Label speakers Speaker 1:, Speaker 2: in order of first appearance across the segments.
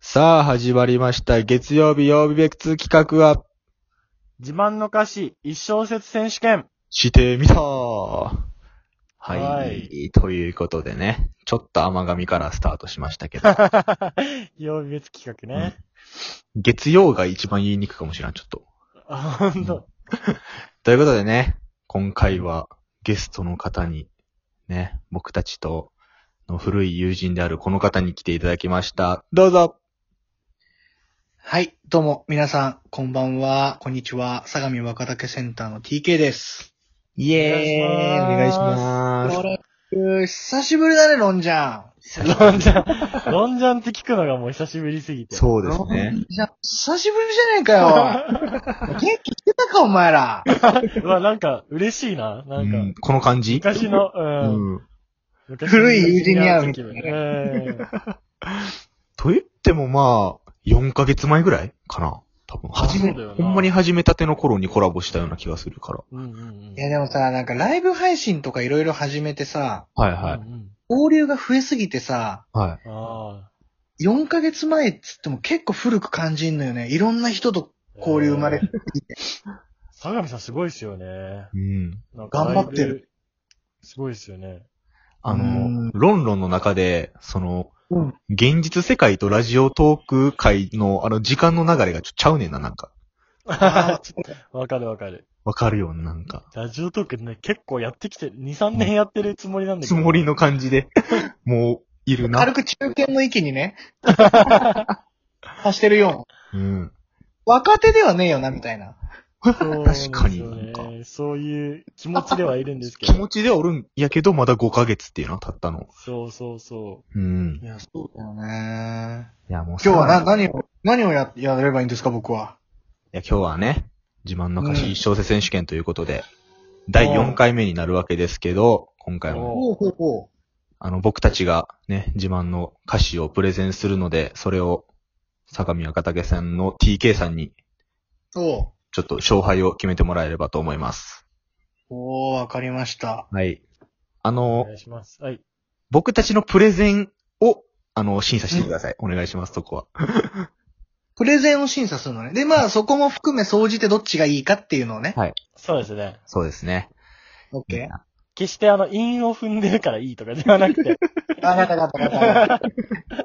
Speaker 1: さあ、始まりました。月曜日曜日別企画は、
Speaker 2: 自慢の歌詞一小節選手 権。
Speaker 1: してみたはい、
Speaker 2: はい
Speaker 1: ということでね、ちょっと甘髪からスタートしましたけど、
Speaker 2: 曜日別企画ね。
Speaker 1: 月曜が一番言いにくいかもしれん、ちょっと。
Speaker 2: あ、ほんと。
Speaker 1: ということでね、今回はゲストの方に、ね、僕たちとの古い友人であるこの方に来ていただきました。どうぞ
Speaker 3: はい、どうも、皆さん、こんばんは、こんにちは、相模若竹センターの TK です。
Speaker 1: イエーイお
Speaker 2: お
Speaker 1: 願
Speaker 2: 願
Speaker 1: い
Speaker 2: い
Speaker 1: し
Speaker 2: し
Speaker 1: ま
Speaker 2: ま
Speaker 1: ー
Speaker 3: 久しぶりだね、ロンジャン。
Speaker 2: ロンジャン、ロンジャンって聞くのがもう久しぶりすぎて。
Speaker 1: す。そうです
Speaker 3: ロ
Speaker 1: ね。
Speaker 3: ンジャン久しぶりじゃねえ かよ。元気してたか、お前ら。
Speaker 2: うわ、なんか、嬉しいな。な
Speaker 1: うんん
Speaker 2: か、
Speaker 1: この感じ
Speaker 2: 昔の、うん。
Speaker 1: うん
Speaker 2: 昔
Speaker 3: 古い友人に会うみ
Speaker 2: 時
Speaker 3: たい
Speaker 2: も
Speaker 3: な
Speaker 2: うん。
Speaker 1: と言ってもまあ、4ヶ月前ぐらいかな多分。
Speaker 2: あ
Speaker 1: はじめ、
Speaker 2: そうだよな
Speaker 1: ほんまに始めたての頃にコラボしたような気がするから。
Speaker 2: うんうんうん。
Speaker 3: いや、でもさ、なんかライブ配信とかいろいろ始めてさ、
Speaker 1: はいうはい。
Speaker 2: んうん。
Speaker 3: 交流が増えすぎてさ、
Speaker 1: はい。
Speaker 2: あ
Speaker 3: 4ヶ月前っつっても結構古く感じんのよね。いろんな人と
Speaker 2: あ。
Speaker 3: 交流生まれ
Speaker 2: え
Speaker 3: て
Speaker 2: ー。相模さんすごいっすよね。
Speaker 1: うん。
Speaker 2: なんか
Speaker 3: 頑張ってる
Speaker 2: だいぶ。すごいっすよね。
Speaker 1: あ
Speaker 3: うん
Speaker 1: の、ロンロンの中で、その、
Speaker 3: うん。
Speaker 1: 現実世界とラジオトーク界の、あの、時間の流れがちょっとちゃうねんな、なんか。
Speaker 3: あー
Speaker 2: わかるわかる。
Speaker 1: わかるような、なんか。
Speaker 2: ラジオトークね、結構やってきて、2、3年やってるつもりなんだけ
Speaker 1: つ
Speaker 2: ど。
Speaker 1: もりの感じ で、もう、いる
Speaker 3: 軽
Speaker 1: な。
Speaker 3: く中堅の域 にね、足してるような。
Speaker 1: うん。
Speaker 3: 若手ではねえよな、みたいな。
Speaker 1: 確かに
Speaker 2: そうなんですよ
Speaker 1: なん
Speaker 2: ね。そういう気持ちではいるんですけ
Speaker 1: 気
Speaker 2: ど。
Speaker 1: 持ちではおるんやけど、まだ5ヶ月っていうの、たったの。
Speaker 2: そうそうそう。
Speaker 1: うん
Speaker 3: い。や、そうだよね。
Speaker 1: いや、もう
Speaker 3: 今日はな、
Speaker 1: い
Speaker 3: 何を、何をや、やればいいんですか、僕は。
Speaker 1: や、今日はね、自慢の歌
Speaker 3: うん
Speaker 1: 詞小説選手権ということで、第4回目になるわけですけど、今回も、
Speaker 2: お
Speaker 3: うほうほ
Speaker 1: あの、僕たちがね、自慢の歌詞をプレゼンするので、それを、相模若竹さんの TK さんに、
Speaker 3: う。お
Speaker 1: ちょっと勝敗を決めてもらえればと思います。
Speaker 3: おー、わかりました。
Speaker 1: はい。あ
Speaker 2: お
Speaker 1: の
Speaker 2: 願、いします。はい。
Speaker 1: 僕たちのプレゼンを、あの、審査してください。お願いします、そこは。
Speaker 3: プレゼンを審査するのね。で、まあ、そこも含め、総じてどっちがいいかっていうのをね。
Speaker 2: そうですね。
Speaker 1: そうですね。
Speaker 3: オッケ
Speaker 2: 決してあの、韻を踏んでるからいいとかではなくて。
Speaker 3: ー。あ、なったなったなった。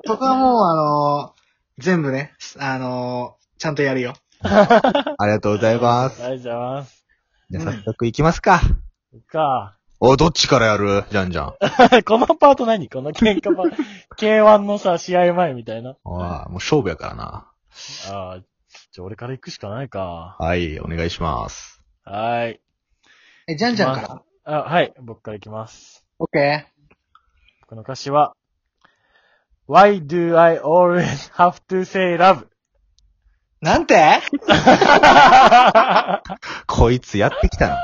Speaker 3: そこはもう、あのー全部ね、あのーちゃんとやるよ。
Speaker 1: ありが とうございます。
Speaker 2: ありがとうございます。
Speaker 1: じゃあ、早速行きますか。
Speaker 2: か。
Speaker 1: お、どっちからやるじゃんじゃん。
Speaker 2: このパート何この喧嘩パート。K1 のさ、試合前みたいな。
Speaker 1: ああ、もう勝負やからな。
Speaker 2: ああ、じゃあ俺から行くしかないか。
Speaker 1: はい、お願いします。
Speaker 2: はーい。
Speaker 3: え、じゃんじゃんから。
Speaker 2: あ、はい。僕から行きます。
Speaker 3: オッケ
Speaker 2: この歌詞は、Why do I always have to say love?
Speaker 3: ー。なんて
Speaker 1: こいつやってきたな。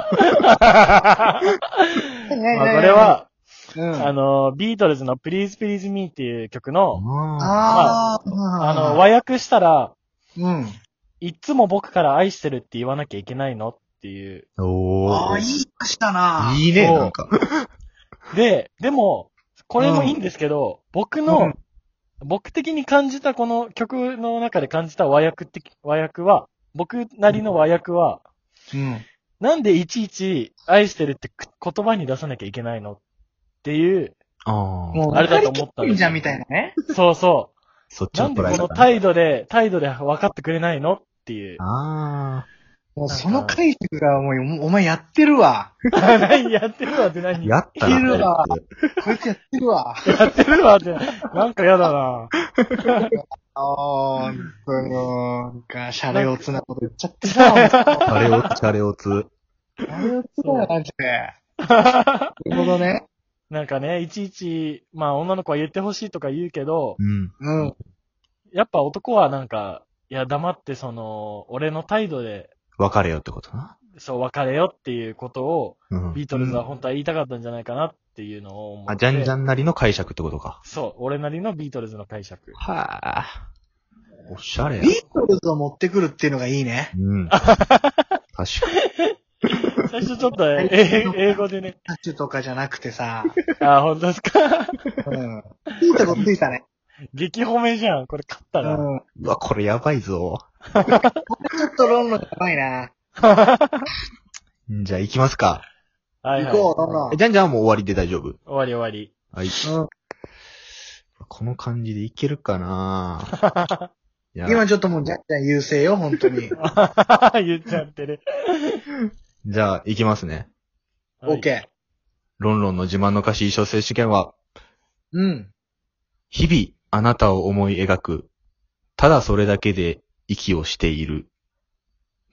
Speaker 2: まあこれ、は、
Speaker 3: うん。
Speaker 2: あの、ビートルズの Please Please Me っていう曲の、
Speaker 1: あ
Speaker 3: あー、
Speaker 2: あの、和訳したら、
Speaker 3: うん。
Speaker 2: いっつも僕から愛してるって言わなきゃいけないのっていう。
Speaker 1: ーお
Speaker 3: ああ、
Speaker 1: ー
Speaker 3: いい歌詞だな。
Speaker 1: いいね、
Speaker 2: そう
Speaker 1: なんか。
Speaker 2: で、でも、これもいいんですけど、僕の、
Speaker 3: うん
Speaker 2: 僕的に感じたこの曲の中で感じた和訳的、和訳は、僕なりの和訳は、
Speaker 3: うん。
Speaker 2: なんでいちいち愛してるってく言葉に出さなきゃいけないのっていう、
Speaker 1: ああ。
Speaker 3: もう、
Speaker 2: あれだと思った
Speaker 3: 分かりきってんじゃん、みたいなね。
Speaker 2: そうそ
Speaker 1: そっ
Speaker 2: う。
Speaker 1: ちの
Speaker 2: なんで
Speaker 1: トラ
Speaker 2: こ
Speaker 1: イ
Speaker 2: の
Speaker 1: だ
Speaker 2: 態度で、態度で分かってくれないのって いう。
Speaker 1: あ
Speaker 3: もうその解釈がもう、お前やってるわ。
Speaker 2: 何やってるわって
Speaker 1: あ。
Speaker 2: 何
Speaker 1: や
Speaker 2: や
Speaker 1: ったな。
Speaker 3: いけるわ
Speaker 1: こいつ
Speaker 3: こいつやってるわ。
Speaker 2: ってるわって、なんかやだな
Speaker 3: あー、なんか、シャレオツなこと言っちゃってさ、
Speaker 1: チャレオツ、チャレオツ。
Speaker 3: シャレオツだよ、マジで。 なるほどね。
Speaker 2: なんかね、いちいち、まあ女の子は言ってほしいとか言うけど、
Speaker 1: うん。
Speaker 3: うん。
Speaker 2: やっぱ男はなんか、いや黙ってその、俺の態度で、
Speaker 1: 別れよってことな。
Speaker 2: そう別れよっていうことを、
Speaker 1: うん。
Speaker 2: ビートルズは本当は言いたかったんじゃないかなっていうのを思って。
Speaker 1: あ、じゃんじゃんなりの解釈ってことか。
Speaker 2: そう、俺なりのビートルズの解釈。
Speaker 1: はあ。おしゃれや
Speaker 3: ビ。ートルズを持ってくるっていうのがいいね。
Speaker 1: うん。確か
Speaker 2: 最初ちょっと、え英英語で ね。
Speaker 3: タッチとかじゃなくてさ。
Speaker 2: あ、本当ですか。
Speaker 3: うん。いいとこついたね。
Speaker 2: 激褒めじゃん。これ勝った
Speaker 3: う
Speaker 2: ら。
Speaker 3: ん。
Speaker 1: うわ、これやばいぞ。
Speaker 3: ちょっとロンロンやばいな。
Speaker 1: じゃあ行きますか。
Speaker 2: はいはい。
Speaker 3: 行こう、ロンロン
Speaker 1: え。じゃんじゃんもう終わりで大丈夫。
Speaker 2: 終わり終わり。
Speaker 1: はい。
Speaker 3: うん
Speaker 1: この感じでいけるかないや
Speaker 3: 今ちょっともうじゃんじゃん優勢よ、本当に。
Speaker 2: 言っちゃってる。
Speaker 1: じゃあ行きますね。
Speaker 3: オッケー。
Speaker 1: ロンロンの自慢の歌詞小選手権は、
Speaker 3: うん。。
Speaker 1: 日々あなたを思い描く。ただそれだけで息をしている。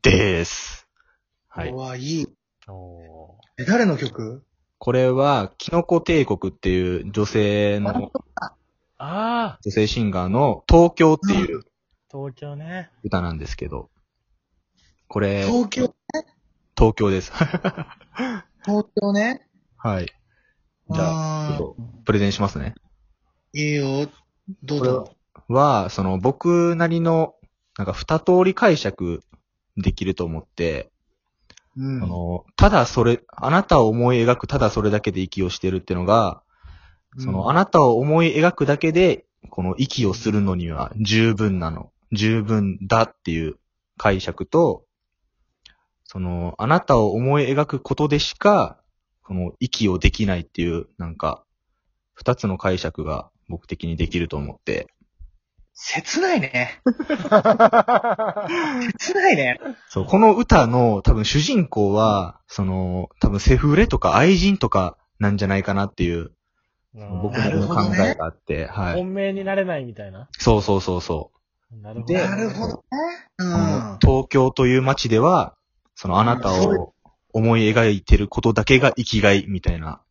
Speaker 1: です。はいう
Speaker 3: わ、いい。
Speaker 2: ー。お
Speaker 3: え、誰の曲
Speaker 1: これは、キノコ帝国っていう女性の、
Speaker 2: ーああ、
Speaker 1: 女性シンガーの東京っていう
Speaker 2: 東京ね。
Speaker 1: 歌なんですけど、これ、
Speaker 3: 東京、
Speaker 1: 東京です。
Speaker 3: 東京ね。
Speaker 1: はい。じゃあ、
Speaker 3: ゃ
Speaker 1: ちょっとプレゼンしますね。
Speaker 3: いいよ。どうぞ。
Speaker 1: は、その僕なりの、なんか二通り解釈できると思って、
Speaker 3: うん
Speaker 1: あ。の、ただそれ、あなたを思い描くただそれだけで息をしてるってのが、その、あ
Speaker 3: な、
Speaker 1: なたを思い描くだけで、この息をするのには十分なの。十分だっていう解釈と、その、あなたを思い描くことでしか、この息をできないっていう、なんか、二つの解釈が僕的にできると思って。
Speaker 3: 切ないね。
Speaker 2: は
Speaker 3: 切ないね。
Speaker 1: そう、この歌の多分主人公は、その、多分セフレとか愛人とかなんじゃないかなっていう、僕
Speaker 3: なる
Speaker 1: の
Speaker 3: ほど
Speaker 1: 考
Speaker 3: ね
Speaker 1: えがあって、はい。
Speaker 2: 本命になれないみたいな。
Speaker 1: そうそうそうそう。
Speaker 2: なるほど。
Speaker 1: で
Speaker 3: なるほどね。う
Speaker 1: あの
Speaker 3: ん。
Speaker 1: 東京という街では、そのあなたを思い描いてることだけが生きがいみたいな。
Speaker 2: うんうん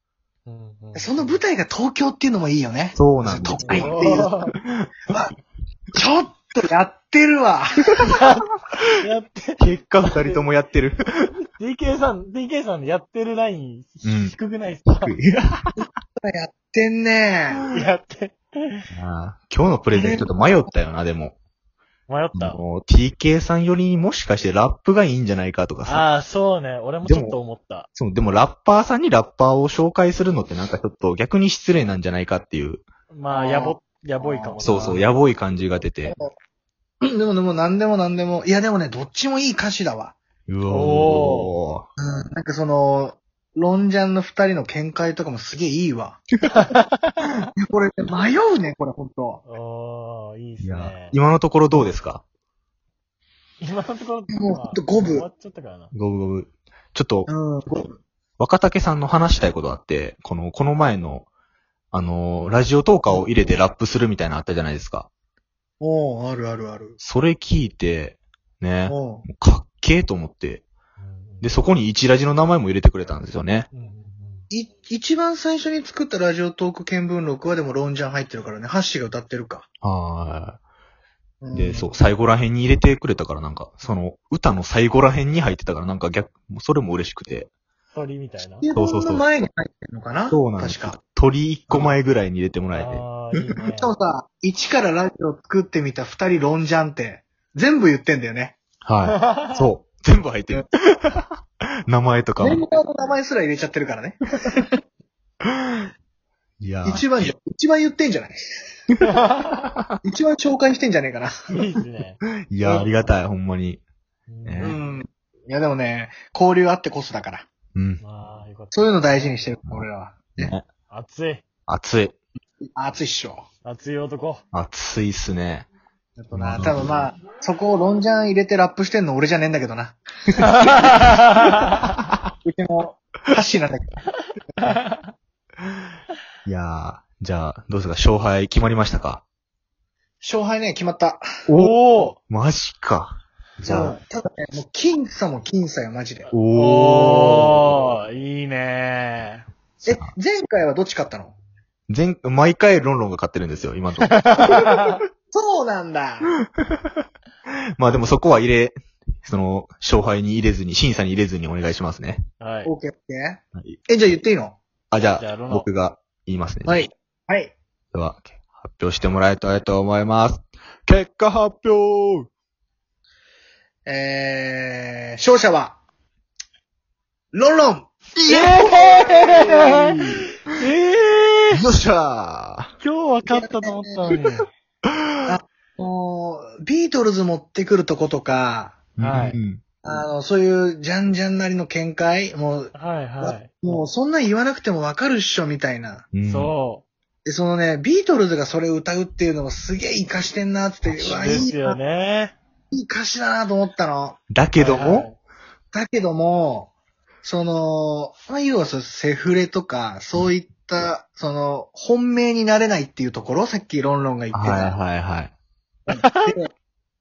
Speaker 3: その舞台が東京っていうのもいいよね。
Speaker 1: そう
Speaker 3: なんですよ
Speaker 1: す
Speaker 3: はいっていうちょっとやってるわ。
Speaker 2: やって、
Speaker 1: 結果二人ともやってる。
Speaker 2: DK さん、DK さんのやってるライン、
Speaker 1: うん
Speaker 2: 低くないですか、
Speaker 3: やってんね。
Speaker 2: やって。
Speaker 1: あー今日のプレゼンちょっと迷ったよな、でも。
Speaker 2: 迷っ
Speaker 1: あ
Speaker 2: た。
Speaker 1: の TK さんよりにもしかしてラップがいいんじゃないかとかさ。
Speaker 2: ああ、そうね。俺もちょっと思った。
Speaker 1: そう、でもラッパーさんにラッパーを紹介するのってなんかちょっと逆に失礼なんじゃないかっていう。
Speaker 2: まあ、やぼ、やぼいかもな。
Speaker 1: そうそう、やぼい感じが出て。
Speaker 3: でもでも何でも何でも。いやでもね、どっちもいい歌詞だわ。
Speaker 1: う
Speaker 2: お
Speaker 1: お
Speaker 3: うん。なんかその、ロンジャンの二人の見解とかもすげえいいわ。 いやこれ迷うね、これほんと。
Speaker 2: おー、いいっ
Speaker 1: ー。い
Speaker 2: す
Speaker 1: や
Speaker 2: ね、。
Speaker 1: 今のところどうですか
Speaker 2: 今のところ、
Speaker 3: もうほんと五分
Speaker 2: 終わっちゃったからな。
Speaker 1: ゴブゴブ。ちょっと、
Speaker 3: うん。
Speaker 1: 若竹さんの話したいことあって、この、この前の、あのー、ラジオトーカーを入れてラップするみたいなのあったじゃないですか。
Speaker 3: おうあるあるある。
Speaker 1: それ聞いて、ね、
Speaker 3: おう
Speaker 1: かっけえと思って。で、そこに一ラジの名前も入れてくれたんですよね。
Speaker 2: うんうんうん、
Speaker 3: い、一番最初に作ったラジオトーク見聞録はでもロンジャン入ってるからね、ハッシーが歌ってるか。
Speaker 1: は
Speaker 3: う
Speaker 1: ーい。
Speaker 3: ん
Speaker 1: で、そう、最後ら辺に入れてくれたからなんか、その、歌の最後ら辺に入ってたからなんか逆、もうそれも嬉しくて。
Speaker 2: 鳥みたいな。
Speaker 3: 基
Speaker 1: そうそう
Speaker 3: 本
Speaker 1: そう
Speaker 3: の前に入ってるのかな
Speaker 1: そうなんです
Speaker 3: 確か。
Speaker 1: 鳥一個前ぐらいに入れてもらえて。
Speaker 2: ああ、い いね。
Speaker 3: しかもさ、一からラジオ作ってみた二人ロンジャンって、全部言ってんだよね。
Speaker 1: はい。そう。全部入 ってる。名前とか
Speaker 3: メン
Speaker 1: も。
Speaker 3: バーの名前すら入れちゃってるからね。
Speaker 1: いやー
Speaker 3: 一番じゃ、一番言ってんじゃない一番紹介してんじゃねえかな。
Speaker 2: いいっすね。
Speaker 1: いやーありがたい、ほんまに。
Speaker 2: うん
Speaker 1: ね
Speaker 3: うん。いやでもね、交流あってこそだから。
Speaker 1: うん。
Speaker 2: まあ、よかった。
Speaker 3: そういうの大事にしてる、俺らは。
Speaker 2: 熱い。
Speaker 1: 熱い。
Speaker 3: 熱いっしょ。
Speaker 2: 熱い 男。
Speaker 1: 熱いっすね。
Speaker 3: ちょっとな、多分まあ、そこをロンジャン入れてラップしてんの俺じゃねえんだけどな。うちの、ハッシーなんだけど。
Speaker 1: いやー、じゃあ、どうですか勝敗決まりましたか
Speaker 3: 勝敗ね、決まった。
Speaker 2: おお
Speaker 1: マジか。じ
Speaker 3: う
Speaker 1: ゃあ
Speaker 3: ん、ただね、もう、僅差も僅差よ、マジで。
Speaker 1: おー。
Speaker 2: おーいいね
Speaker 3: え、前回はどっち勝ったの
Speaker 1: 前、毎回ロンロンが勝ってるんですよ、今のとこ ろ。
Speaker 3: そうなんだ。
Speaker 1: まあでもそこは入れ、その、勝敗に入れずに、審査に入れずにお願いしますね。
Speaker 2: はい。
Speaker 3: オッケーオッケ
Speaker 1: はい
Speaker 3: ー。え、じゃあ言っていいの
Speaker 1: あ、じゃ
Speaker 2: じゃあロ
Speaker 1: あ、
Speaker 2: ンロン
Speaker 1: 僕が言いますね。
Speaker 3: はい。はい。
Speaker 1: では、発表してもらいたいと思います。結果発表
Speaker 3: えー、勝者は、ロンロン
Speaker 1: イエーイ
Speaker 2: ええ
Speaker 1: よっしゃ
Speaker 2: 今日は勝ったと思った のに。
Speaker 3: もう、ビートルズ持ってくるとことか、
Speaker 1: ー
Speaker 2: はい
Speaker 1: うん
Speaker 3: あの、そういう、じゃんじゃんなりの見解もう、
Speaker 2: はいは
Speaker 3: もうそんなん言わなくてもわかるっしょ、みたいな。
Speaker 1: う
Speaker 2: い。
Speaker 1: ん
Speaker 2: そ
Speaker 3: で、そのね、ビートルズがそれを歌うっていうのがすげえ活かしてんなって
Speaker 2: う。
Speaker 3: って、うわ、い
Speaker 2: で
Speaker 3: い
Speaker 2: すよ
Speaker 3: な、
Speaker 2: ね。
Speaker 3: いい歌詞だなと思ったの。
Speaker 1: だけど
Speaker 2: はいは
Speaker 1: も、
Speaker 2: い
Speaker 3: だけども、その、まあ、要はそうセフレとか、そういった、その、本命になれないっていうところ、さっきロンロンが言ってた。
Speaker 1: はいはいはい。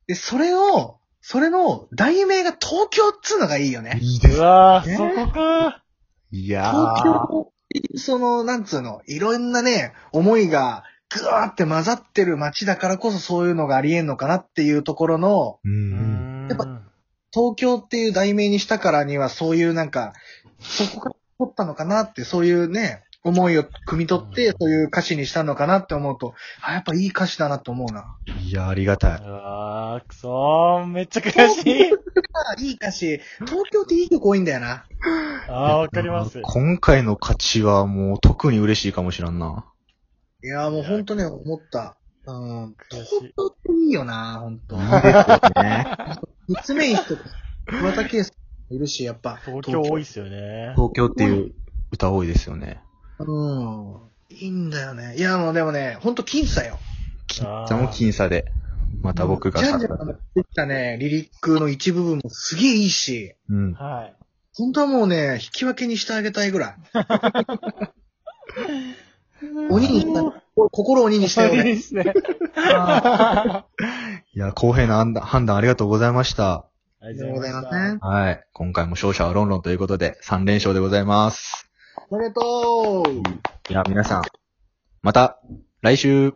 Speaker 3: で、それを、それの題名が東京っつうのがいいよね。
Speaker 1: いいで
Speaker 2: う
Speaker 1: す。
Speaker 2: わ
Speaker 3: ね
Speaker 2: ー、そこか。
Speaker 1: いやー。
Speaker 3: 東京の、その、なんつうの、いろんなね、思いが、ぐわーって混ざってる街だからこそそういうのがありえんのかなっていうところの、
Speaker 1: う
Speaker 2: うんん
Speaker 3: やっ東京っていう題名にしたからには、そういうなんか、そこから取ったのかなって、そういうね、思いを汲み取って、そういう歌詞にしたのかなって思うと、あ、やっぱいい歌詞だなと思うな。
Speaker 1: うん。いやー、ありがたい。
Speaker 2: うわー、くそー、めっちゃ悔し い。
Speaker 3: あいい歌詞、東京っていい曲多いんだよな。
Speaker 2: あー、わかります。
Speaker 1: 今回の勝ちはもう特に嬉しいかもしらんな。
Speaker 3: いやーもうほんとね、思った。うん、
Speaker 2: 悔
Speaker 3: 東
Speaker 2: しい。
Speaker 3: 京っていいよな、ほん と。
Speaker 1: ね。
Speaker 3: 三つ目に人、桑田圭介いるし、やっぱ。
Speaker 2: 東京多いっすよね。
Speaker 1: 東京っていう歌多いですよね。
Speaker 3: うん。いいんだよね。いや、もうでもね、ほんと僅差よ。
Speaker 2: あー
Speaker 1: じゃあもう僅差で。また僕が
Speaker 3: ジャン
Speaker 1: 勝
Speaker 3: ジ
Speaker 1: っ
Speaker 3: ャンが
Speaker 1: た。
Speaker 3: 出てきたね、リリックの一部分もすげえいいし、
Speaker 1: うん。
Speaker 2: はい。
Speaker 3: 本当はもうね、引き分けにしてあげたいぐらい。鬼にした
Speaker 2: うん
Speaker 3: 心を鬼にして
Speaker 2: い
Speaker 3: よ、
Speaker 2: い
Speaker 3: ね。
Speaker 2: ですね。
Speaker 3: あ
Speaker 2: あ
Speaker 1: いや、公平な判断判断ありがとうございました。
Speaker 2: り
Speaker 3: り
Speaker 2: がとう
Speaker 3: がとう
Speaker 2: ご
Speaker 3: ご
Speaker 2: ざいま
Speaker 3: ざいますすね。
Speaker 1: はい。今回も勝者はロンロンということで、3連勝でございます。
Speaker 3: おめでと
Speaker 1: いや、皆さん、また、来週
Speaker 3: う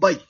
Speaker 3: バイ